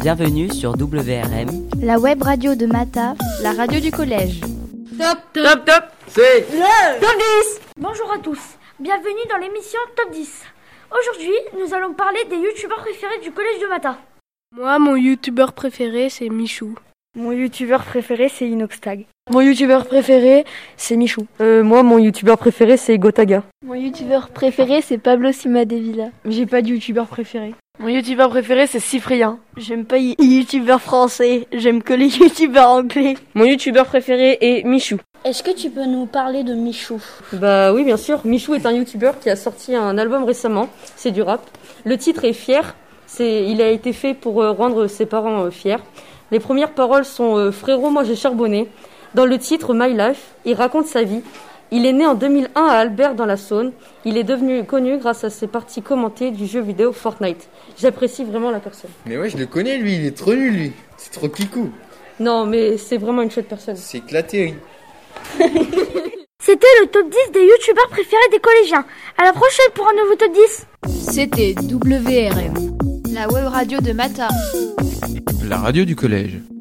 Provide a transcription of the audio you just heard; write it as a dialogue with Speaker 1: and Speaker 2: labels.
Speaker 1: Bienvenue sur WRM.
Speaker 2: La web radio de Mata, la radio du collège.
Speaker 3: Top, top, top, c'est top 10
Speaker 4: Bonjour à tous, bienvenue dans l'émission Top 10. Aujourd'hui, nous allons parler des youtubeurs préférés du collège de Mata.
Speaker 5: Moi, mon youtubeur préféré, c'est Michou.
Speaker 6: Mon youtubeur préféré, c'est Inoxtag.
Speaker 7: Mon youtubeur préféré, c'est Michou.
Speaker 8: Euh, moi, mon youtubeur préféré, c'est Gotaga.
Speaker 9: Mon youtubeur préféré, c'est Pablo Simadevilla.
Speaker 10: J'ai pas de youtubeur préféré.
Speaker 11: Mon youtubeur préféré, c'est Cyprien.
Speaker 12: J'aime pas les youtubeurs français, j'aime que les youtubeurs anglais.
Speaker 13: Mon youtubeur préféré est Michou.
Speaker 14: Est-ce que tu peux nous parler de Michou
Speaker 8: Bah oui, bien sûr. Michou est un youtubeur qui a sorti un album récemment, c'est du rap. Le titre est Fier, c'est, il a été fait pour euh, rendre ses parents fiers. Les premières paroles sont euh, Frérot, moi j'ai charbonné. Dans le titre My Life, il raconte sa vie. Il est né en 2001 à Albert dans la Saône. Il est devenu connu grâce à ses parties commentées du jeu vidéo Fortnite. J'apprécie vraiment la personne.
Speaker 15: Mais ouais, je le connais lui, il est trop nul lui. C'est trop kikou.
Speaker 8: Non, mais c'est vraiment une chouette personne.
Speaker 15: C'est éclaté.
Speaker 4: C'était le top 10 des youtubeurs préférés des collégiens. À la prochaine pour un nouveau top 10.
Speaker 2: C'était WRM, la web radio de Mata.
Speaker 16: La radio du collège.